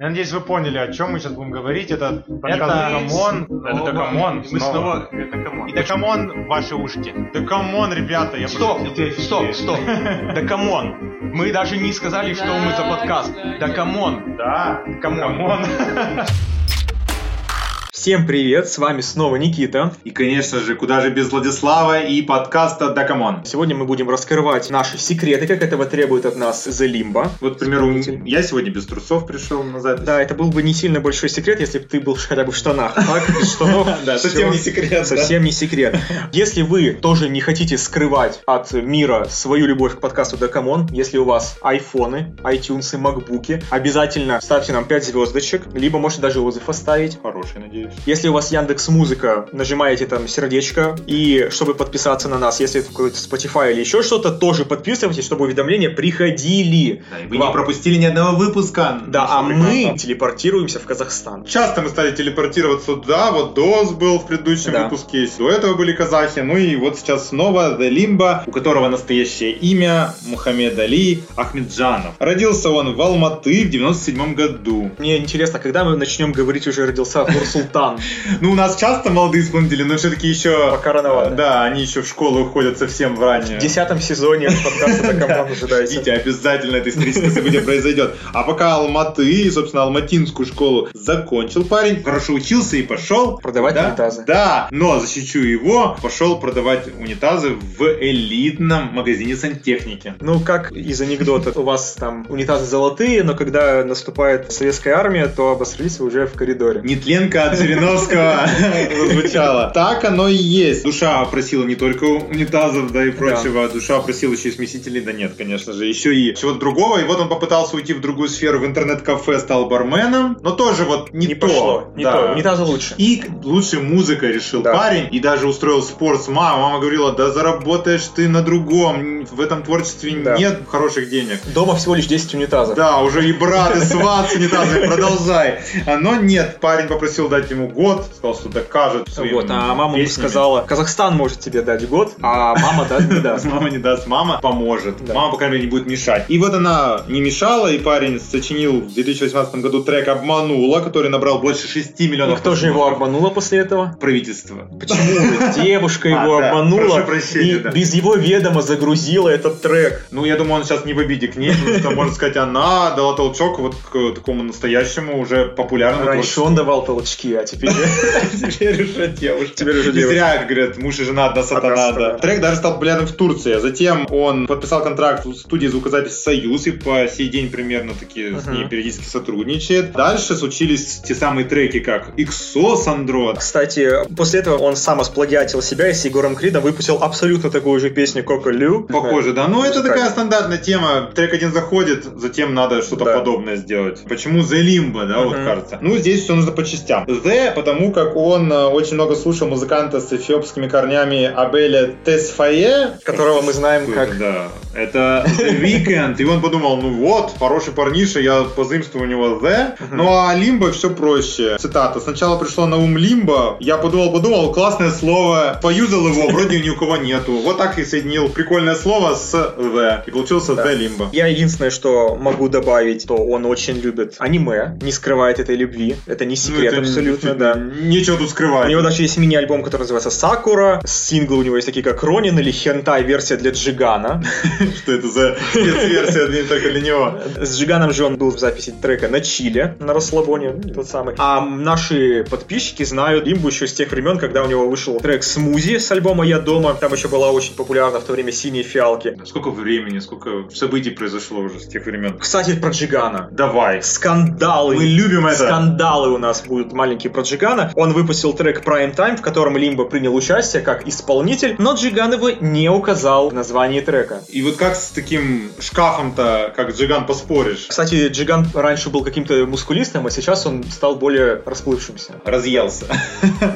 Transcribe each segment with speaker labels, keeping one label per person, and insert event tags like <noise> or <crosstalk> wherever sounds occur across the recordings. Speaker 1: Я надеюсь, вы поняли, о чем мы сейчас будем говорить. Это, это
Speaker 2: Подкаст.
Speaker 1: камон, это
Speaker 2: Снова.
Speaker 1: камон,
Speaker 2: И Мы
Speaker 1: снова.
Speaker 2: снова... Это камон.
Speaker 1: И да камон ваши ушки. Да камон, ребята, я
Speaker 2: Стоп,
Speaker 1: просто теперь-
Speaker 2: стоп,
Speaker 1: <laughs>
Speaker 2: стоп. Да камон. Мы даже не сказали, что мы за подкаст. Да камон.
Speaker 1: Да,
Speaker 2: Камон. <laughs>
Speaker 1: камон.
Speaker 3: Всем привет, с вами снова Никита.
Speaker 4: И, конечно же, куда же без Владислава и подкаста «Да камон».
Speaker 3: Сегодня мы будем раскрывать наши секреты, как этого требует от нас The Limbo.
Speaker 4: Вот, к примеру,
Speaker 3: Исполнитель.
Speaker 4: я сегодня без трусов пришел на запись.
Speaker 3: Да, это был бы не сильно большой секрет, если бы ты был <laughs> хотя бы в штанах. Так, без <laughs> штанов.
Speaker 4: <laughs> Да,
Speaker 3: всё.
Speaker 4: совсем не секрет, да.
Speaker 3: Совсем не секрет. Если вы тоже не хотите скрывать от мира свою любовь к подкасту Дакамон, если у вас айфоны, iTunes, макбуки, обязательно ставьте нам 5 звездочек, либо можете даже отзыв оставить.
Speaker 4: Хороший, надеюсь.
Speaker 3: Если у вас Яндекс Музыка, нажимаете там сердечко, и чтобы подписаться на нас, если это какой-то Spotify или еще что-то, тоже подписывайтесь, чтобы уведомления приходили.
Speaker 4: Да, и вы
Speaker 3: Вам.
Speaker 4: не пропустили ни одного выпуска.
Speaker 3: Да, а
Speaker 4: нашего
Speaker 3: мы
Speaker 4: подкаста.
Speaker 3: телепортируемся в Казахстан.
Speaker 4: Часто мы стали телепортироваться туда, вот ДОС был в предыдущем
Speaker 3: Да.
Speaker 4: выпуске, до этого были казахи, ну и вот сейчас снова The Limbo, у которого настоящее имя Мухаммед Али Ахмеджанов. Родился он в Алматы в 97 году.
Speaker 3: Мне интересно, когда мы начнем говорить уже родился
Speaker 4: <laughs>
Speaker 3: Нурсултан?
Speaker 4: Ну, у нас часто молодые исполнители, но все-таки еще
Speaker 3: Пока рановато.
Speaker 4: Э, Да, они еще в школу уходят совсем в
Speaker 3: В
Speaker 4: ранее.
Speaker 3: десятом
Speaker 4: <laughs>
Speaker 3: сезоне подкаста Дакамон
Speaker 4: Ждите,
Speaker 3: ожидается.
Speaker 4: обязательно это историческое событие произойдет. А пока Алматы, собственно, алматинскую школу закончил парень, хорошо учился и пошел...
Speaker 3: Продавать
Speaker 4: да,
Speaker 3: унитазы.
Speaker 4: Да, но защищу его, пошел продавать унитазы в элитном магазине сантехники.
Speaker 3: Ну, как из анекдота, у вас там унитазы золотые, но когда наступает советская армия, то обосрались вы уже в коридоре.
Speaker 4: Нетленка от Жириновского <laughs> звучала. Так оно и есть. Душа просила не только унитазов, да и прочего. Душа просила еще и смесителей, да нет, конечно же, еще и чего-то другого. И вот он попытался уйти в другую сферу, в интернет-кафе стал барменом, но тоже вот не,
Speaker 3: Не
Speaker 4: то.
Speaker 3: пошло, не
Speaker 4: Да.
Speaker 3: то, унитазы лучше.
Speaker 4: И лучше музыка решил
Speaker 3: Да.
Speaker 4: парень. И даже устроил спорт с мамой. Мама говорила, да заработаешь ты на другом. В этом творчестве
Speaker 3: Да.
Speaker 4: нет хороших денег.
Speaker 3: Дома всего лишь 10 унитазов.
Speaker 4: Да, уже и брат, и сват с унитазами, продолжай. А, Но нет, парень попросил дать ему год, сказал, что докажет своим
Speaker 3: Вот, а мама ему
Speaker 4: песнями.
Speaker 3: сказала, Казахстан может тебе дать год, а мама даст не даст.
Speaker 4: Мама не даст, мама поможет.
Speaker 3: Да.
Speaker 4: Мама, по крайней мере, не будет мешать. И вот она не мешала, и парень сочинил в 2018 году трек «Обманула», который набрал больше 6 <laughs>
Speaker 3: Ну,
Speaker 4: миллионов
Speaker 3: кто же его
Speaker 4: просмотров.
Speaker 3: обманула после этого?
Speaker 4: Правительство.
Speaker 3: Почему?
Speaker 4: <laughs>
Speaker 3: Девушка
Speaker 4: А,
Speaker 3: его
Speaker 4: да,
Speaker 3: обманула
Speaker 4: прошу прощения,
Speaker 3: и
Speaker 4: да.
Speaker 3: без его ведома загрузила этот трек.
Speaker 4: Ну, я думаю, он сейчас не в обиде к ней, потому что, можно сказать, она дала толчок вот к такому настоящему уже популярному
Speaker 3: Раньше
Speaker 4: творчеству.
Speaker 3: он давал толчки, а теперь...
Speaker 4: Теперь уже девушка.
Speaker 3: Теперь уже
Speaker 4: Не
Speaker 3: девушка.
Speaker 4: зря говорят, муж и жена одна сатана.
Speaker 3: сатана.
Speaker 4: да. Трек даже стал популярным в Турции. Затем он подписал контракт с студией звукозаписи «Союз» и по сей день примерно таки с
Speaker 3: Мгм.
Speaker 4: ней периодически сотрудничает. Дальше случились те самые треки, как «Иксо Сандро»,
Speaker 3: <laughs> Кстати, после этого он сам сплагиатил себя и с Егором Кридом выпустил абсолютно такую же песню «Коко Лю».
Speaker 4: Похоже, да. Ну, это
Speaker 3: Кстати.
Speaker 4: такая стандартная тема. Трек один заходит, затем надо что-то
Speaker 3: Да.
Speaker 4: подобное сделать. Почему The Limbo, да, вот
Speaker 3: Мгм.
Speaker 4: кажется. Ну, здесь все нужно по частям. The, потому как он э, очень много слушал музыканта с эфиопскими корнями Абеля Тесфае,
Speaker 3: Которого мы знаем
Speaker 4: Какой-то,
Speaker 3: как...
Speaker 4: Да, это The Weeknd, и он подумал, ну вот, хороший парниша, я позаимствую у него The, ну а Лимбо все проще. Цитата, сначала пришло на ум Лимбо, я подумал-подумал, классное слово, поюзал его, вроде ни у кого нету. Вот так и соединил прикольное слово с The, и получился
Speaker 3: Да.
Speaker 4: The Лимбо.
Speaker 3: Я единственное, что могу добавить, то он очень любит аниме, не скрывает этой любви. Ну, Это не секрет
Speaker 4: Ну, это
Speaker 3: абсолютно,
Speaker 4: действительно
Speaker 3: да.
Speaker 4: Нечего тут
Speaker 3: У
Speaker 4: скрывать.
Speaker 3: него даже есть мини-альбом, который называется «Сакура». Синглы у него есть такие, как «Ронин» или «Хентай-версия для Джигана».
Speaker 4: Что это за спецверсия не только для него.
Speaker 3: С Джиганом же он был в записи трека на Чиле, на расслабоне, тот самый. А наши подписчики знают Лимбу еще с тех времен, когда у него вышел трек «Смузи» с альбома «Я дома». Там еще была очень популярна в то время «Синие фиалки».
Speaker 4: Сколько времени, сколько событий произошло уже с тех времен?
Speaker 3: Кстати, про Джигана.
Speaker 4: Давай.
Speaker 3: Скандалы.
Speaker 4: Мы любим это.
Speaker 3: Скандалы у нас будут маленькие про Джигана. Он выпустил трек Prime Time, в котором Лимбо принял участие как исполнитель, но Джиган его не указал в названии трека.
Speaker 4: И вот как с таким шкафом-то, как Джиган, поспоришь?
Speaker 3: Кстати, Джиган раньше был каким-то мускулистом, а сейчас он стал более расплывшимся.
Speaker 4: <laughs> Разъелся.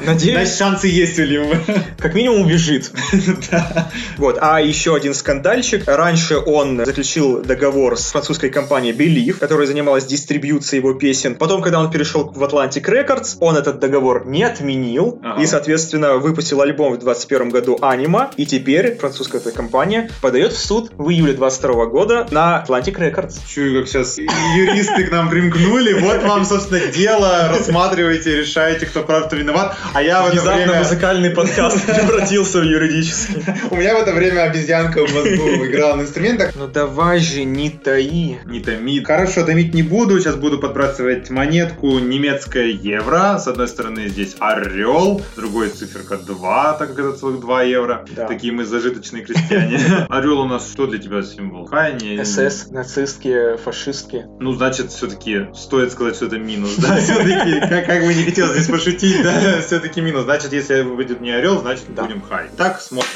Speaker 3: Надеюсь,
Speaker 4: Значит, шансы есть у Лимы.
Speaker 3: как минимум бежит.
Speaker 4: <laughs> Да.
Speaker 3: Вот. А еще один скандальчик. Раньше он заключил договор с французской компанией Believe, которая занималась дистрибьюцией его песен. Потом, когда он перешел в Atlantic Records, он он этот договор не отменил
Speaker 4: Ага.
Speaker 3: и, соответственно, выпустил альбом в 2021 году «Анима», и теперь французская эта компания подает в суд в июле 2022 года на Atlantic Records.
Speaker 4: Чую, как сейчас юристы к нам примкнули. Вот вам, собственно, дело. Рассматривайте, решайте, кто прав, кто виноват. А я в это
Speaker 3: Внезапно
Speaker 4: время...
Speaker 3: музыкальный
Speaker 4: <laughs>
Speaker 3: подкаст превратился в юридический.
Speaker 4: У меня в это время обезьянка в мозгу играла на инструментах.
Speaker 3: Ну давай же, не таи.
Speaker 4: Не томит. Хорошо, томить не буду. Сейчас буду подбрасывать монетку немецкое евро. С одной стороны здесь орел, с другой циферка 2, так как это целых 2 евро.
Speaker 3: Да.
Speaker 4: Такие мы зажиточные крестьяне.
Speaker 3: <laughs>
Speaker 4: Орел у нас что для тебя символ? Каяния?
Speaker 3: СС, нацистские, фашистские.
Speaker 4: Ну, значит, все-таки стоит сказать, что это минус,
Speaker 3: <laughs>
Speaker 4: да? Все-таки, как, как бы не хотелось здесь пошутить, да, <laughs> все-таки минус. Значит, если будет не орел, значит,
Speaker 3: Да.
Speaker 4: будем хай. Так, смотрим.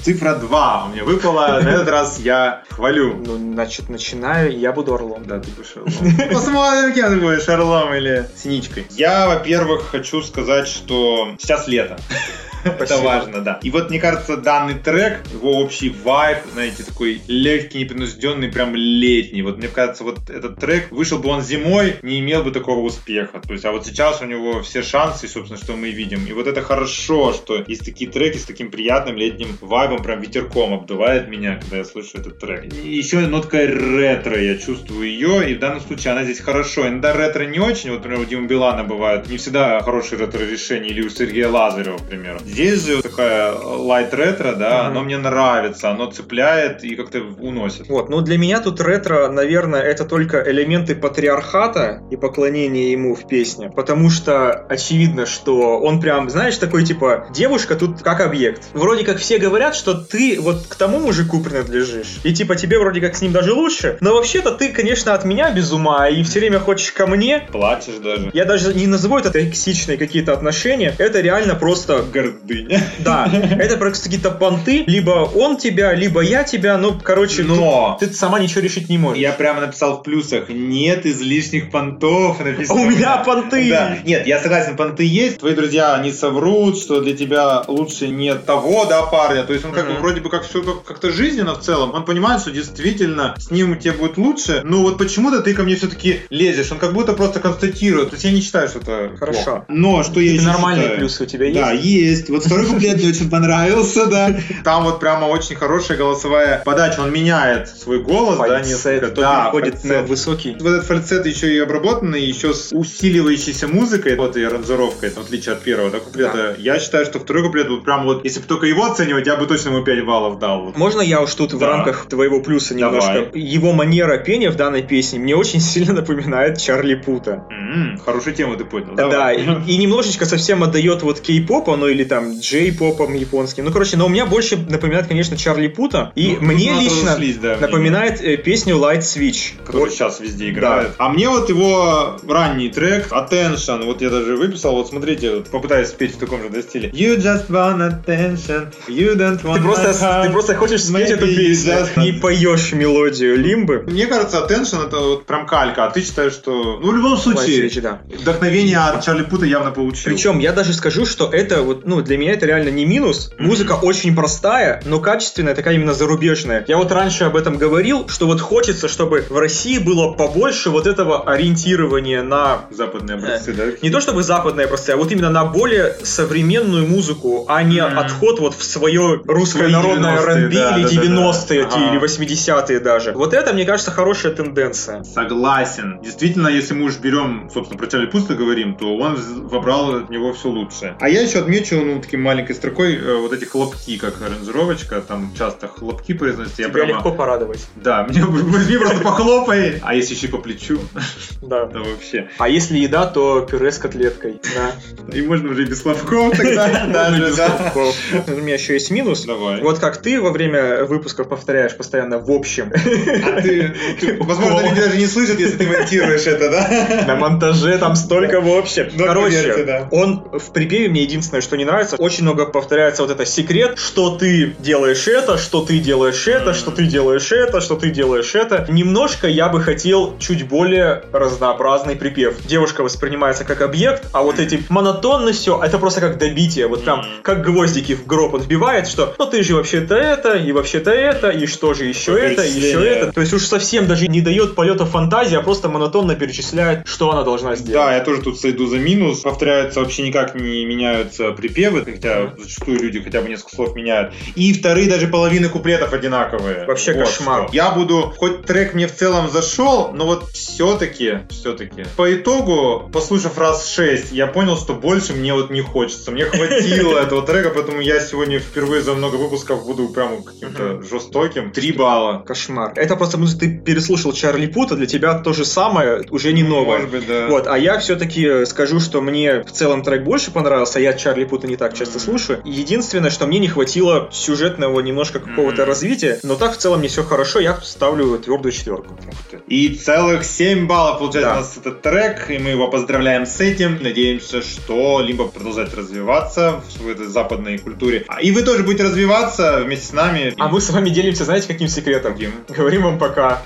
Speaker 4: Цифра 2 у меня выпала. На этот раз я хвалю.
Speaker 3: Ну, значит, начинаю, я буду орлом.
Speaker 4: Да, ты будешь орлом. <laughs> Посмотрим, кем ты будешь, орлом или синичкой. Я, во-первых, хочу сказать, что сейчас <laughs> лето. Это
Speaker 3: Спасибо.
Speaker 4: важно, да. И вот, мне кажется, данный трек, его общий вайб, знаете, такой легкий, непринужденный, прям летний. Вот мне кажется, вот этот трек, вышел бы он зимой, не имел бы такого успеха. То есть, а вот сейчас у него все шансы, собственно, что мы и видим. И вот это хорошо, что есть такие треки с таким приятным летним вайбом, прям ветерком обдувает меня, когда я слышу этот трек. И еще нотка ретро, я чувствую ее, и в данном случае она здесь хорошо. Иногда ретро не очень, вот, например, у Димы Билана бывают не всегда хорошие ретро-решения, или у Сергея Лазарева, к примеру. Здесь же такая э, лайт ретро, да,
Speaker 3: Мгм.
Speaker 4: оно мне нравится, оно цепляет и как-то уносит.
Speaker 3: <laughs> Вот, ну для меня тут ретро, наверное, это только элементы патриархата и поклонение ему в песне, потому что очевидно, что он прям, знаешь, такой типа, девушка тут как объект. Вроде как все говорят, что ты вот к тому мужику принадлежишь, и типа тебе вроде как с ним даже лучше, но вообще-то ты, конечно, от меня без ума и все время хочешь ко мне.
Speaker 4: Плачешь даже.
Speaker 3: Я даже не назову это токсичные какие-то отношения, это реально просто
Speaker 4: Гордыня. <laughs>
Speaker 3: Да, это просто какие-то понты. Либо он тебя, либо я тебя. Ну, короче,
Speaker 4: Но
Speaker 3: тут ты сама ничего решить не можешь.
Speaker 4: Я прямо написал в плюсах, нет излишних понтов. <laughs>
Speaker 3: А
Speaker 4: написано.
Speaker 3: У меня понты!
Speaker 4: Да. Нет, я согласен, понты есть. Твои друзья, они соврут, что для тебя лучше нет того, да, парня. То есть он как бы
Speaker 3: Мгм.
Speaker 4: вроде бы как все как-то жизненно в целом. Он понимает, что действительно с ним тебе будет лучше, но вот почему-то ты ко мне все-таки лезешь. Он как будто просто констатирует. То есть я не считаю, что это
Speaker 3: Хорошо.
Speaker 4: плохо. Но что я
Speaker 3: Какие-то
Speaker 4: еще
Speaker 3: нормальные
Speaker 4: считаю?
Speaker 3: плюсы у тебя есть?
Speaker 4: Да, есть. Вот второй куплет мне очень понравился,
Speaker 3: <laughs>
Speaker 4: да. Там вот прямо очень хорошая голосовая подача. Он меняет свой голос, да,
Speaker 3: Фальцет,
Speaker 4: несколько.
Speaker 3: тот
Speaker 4: Да,
Speaker 3: переходит на
Speaker 4: фальцет.
Speaker 3: высокий.
Speaker 4: Вот этот фальцет еще и обработанный, еще с усиливающейся музыкой, вот и аранжировкой, в отличие от первого да, куплета. Я считаю, что второй куплет, вот прям вот, если бы только его оценивать, я бы точно ему 5 баллов дал. Вот.
Speaker 3: Можно я уж тут в
Speaker 4: Да.
Speaker 3: рамках твоего плюса немножко?
Speaker 4: Давай.
Speaker 3: Его манера пения в данной песне мне очень <laughs> сильно напоминает Чарли Пута.
Speaker 4: М, М-м, Хорошую тему ты поднял.
Speaker 3: Да,
Speaker 4: Давай. Ну, <laughs>
Speaker 3: и, и немножечко совсем отдает вот кей-попа, ну или там джей-попом японским. Ну, короче, но у меня больше напоминает, конечно, Чарли Пута. И
Speaker 4: Ну,
Speaker 3: мне
Speaker 4: надо
Speaker 3: лично
Speaker 4: разошлись, да, мнение.
Speaker 3: напоминает э, песню Light Switch.
Speaker 4: который
Speaker 3: Вот.
Speaker 4: сейчас везде играет. А мне вот его ранний трек Attention, вот я даже выписал, вот смотрите, вот попытаюсь спеть в таком же да, стиле. You just want attention, you don't want
Speaker 3: Ты просто,
Speaker 4: my
Speaker 3: ты
Speaker 4: heart.
Speaker 3: просто хочешь спеть
Speaker 4: Maybe
Speaker 3: эту
Speaker 4: you
Speaker 3: песню
Speaker 4: just-
Speaker 3: и поешь мелодию Лимбы.
Speaker 4: Мне кажется, Attention это вот прям калька, а ты считаешь, что... Ну, в любом случае,
Speaker 3: Васильевич, да.
Speaker 4: вдохновение от Чарли Пута явно получил.
Speaker 3: Причем я даже скажу, что это вот, ну, для меня это реально не минус. Музыка очень простая, но качественная, такая именно зарубежная. Я вот раньше об этом говорил, что вот хочется, чтобы в России было побольше вот этого ориентирования на
Speaker 4: западные образцы, да?
Speaker 3: не то чтобы западное просто, а вот именно на более современную музыку, а не
Speaker 4: Мгм.
Speaker 3: отход вот в свое русское
Speaker 4: Свои
Speaker 3: народное
Speaker 4: 90-е,
Speaker 3: R&B
Speaker 4: да,
Speaker 3: или
Speaker 4: да, да, да.
Speaker 3: 90-е, те,
Speaker 4: Ага.
Speaker 3: или 80-е даже. Вот это, мне кажется, хорошая тенденция.
Speaker 4: Согласен. Действительно, если мы уж берем, собственно, про Чарли Пусто говорим, то он вз- вобрал от него все лучшее. А я еще отмечу, ну, таким маленькой строкой, э, вот эти хлопки, как аранжировочка, там часто хлопки произносятся. Я
Speaker 3: Тебя
Speaker 4: прямо...
Speaker 3: легко порадовать.
Speaker 4: Да, мне возьми просто похлопай, а если еще и по плечу, <laughs>
Speaker 3: Да.
Speaker 4: то вообще.
Speaker 3: А если еда, то пюре с котлеткой. Да.
Speaker 4: И можно уже и без словков
Speaker 3: <laughs>
Speaker 4: тогда.
Speaker 3: Ну,
Speaker 4: даже, <laughs>
Speaker 3: без
Speaker 4: да.
Speaker 3: слов. У меня еще есть минус.
Speaker 4: Давай.
Speaker 3: Вот как ты во время выпусков повторяешь постоянно в общем.
Speaker 4: А ты, ну, ты- возможно,
Speaker 3: Укол.
Speaker 4: люди даже не слышат, если ты монтируешь это, да?
Speaker 3: На монтаже там столько в общем.
Speaker 4: Ну,
Speaker 3: Короче,
Speaker 4: поверьте, да.
Speaker 3: он в припеве мне единственное, что не нравится, повторяется. Очень много повторяется вот это секрет, что ты делаешь это, что ты делаешь это, что ты делаешь это, что ты делаешь это. Немножко я бы хотел чуть более разнообразный припев. Девушка воспринимается как объект, а вот эти монотонностью, а это просто как добитие, вот прям как гвоздики в гроб он вбивает, что ну ты же вообще-то это, и вообще-то это, и что же еще это, и еще
Speaker 4: Перечисление.
Speaker 3: это. То есть уж совсем даже не дает полета фантазии, а просто монотонно перечисляет, что она должна
Speaker 4: Да,
Speaker 3: сделать.
Speaker 4: я тоже тут сойду за минус. Повторяются вообще никак не меняются припевы, хотя зачастую люди хотя бы несколько слов меняют. И вторые даже половины куплетов одинаковые.
Speaker 3: Вообще кошмар.
Speaker 4: что. Я буду, хоть трек мне в целом зашел, но вот все-таки, все-таки. По итогу, послушав раз 6, я понял, что больше мне вот не хочется. Мне <laughs> хватило этого трека, поэтому я сегодня впервые за много выпусков буду прям каким-то жестоким. Три балла.
Speaker 3: Кошмар. Это просто, потому что ты переслушал Чарли Пута, для тебя то же самое, уже не новое.
Speaker 4: Может быть, да.
Speaker 3: Вот, а я все-таки скажу, что мне в целом трек больше понравился, а я Чарли Пута не так часто
Speaker 4: Мгм.
Speaker 3: слушаю. Единственное, что мне не хватило сюжетного немножко какого-то
Speaker 4: Мгм.
Speaker 3: развития, но так в целом мне все хорошо, я ставлю твердую четверку.
Speaker 4: И целых 7 баллов получается
Speaker 3: Да.
Speaker 4: у нас этот трек, и мы его поздравляем с этим. Надеемся, что либо продолжать развиваться в этой западной культуре. А, И вы тоже будете развиваться вместе с нами.
Speaker 3: А мы с вами делимся, знаете, каким секретом?
Speaker 4: Каким?
Speaker 3: Говорим вам пока.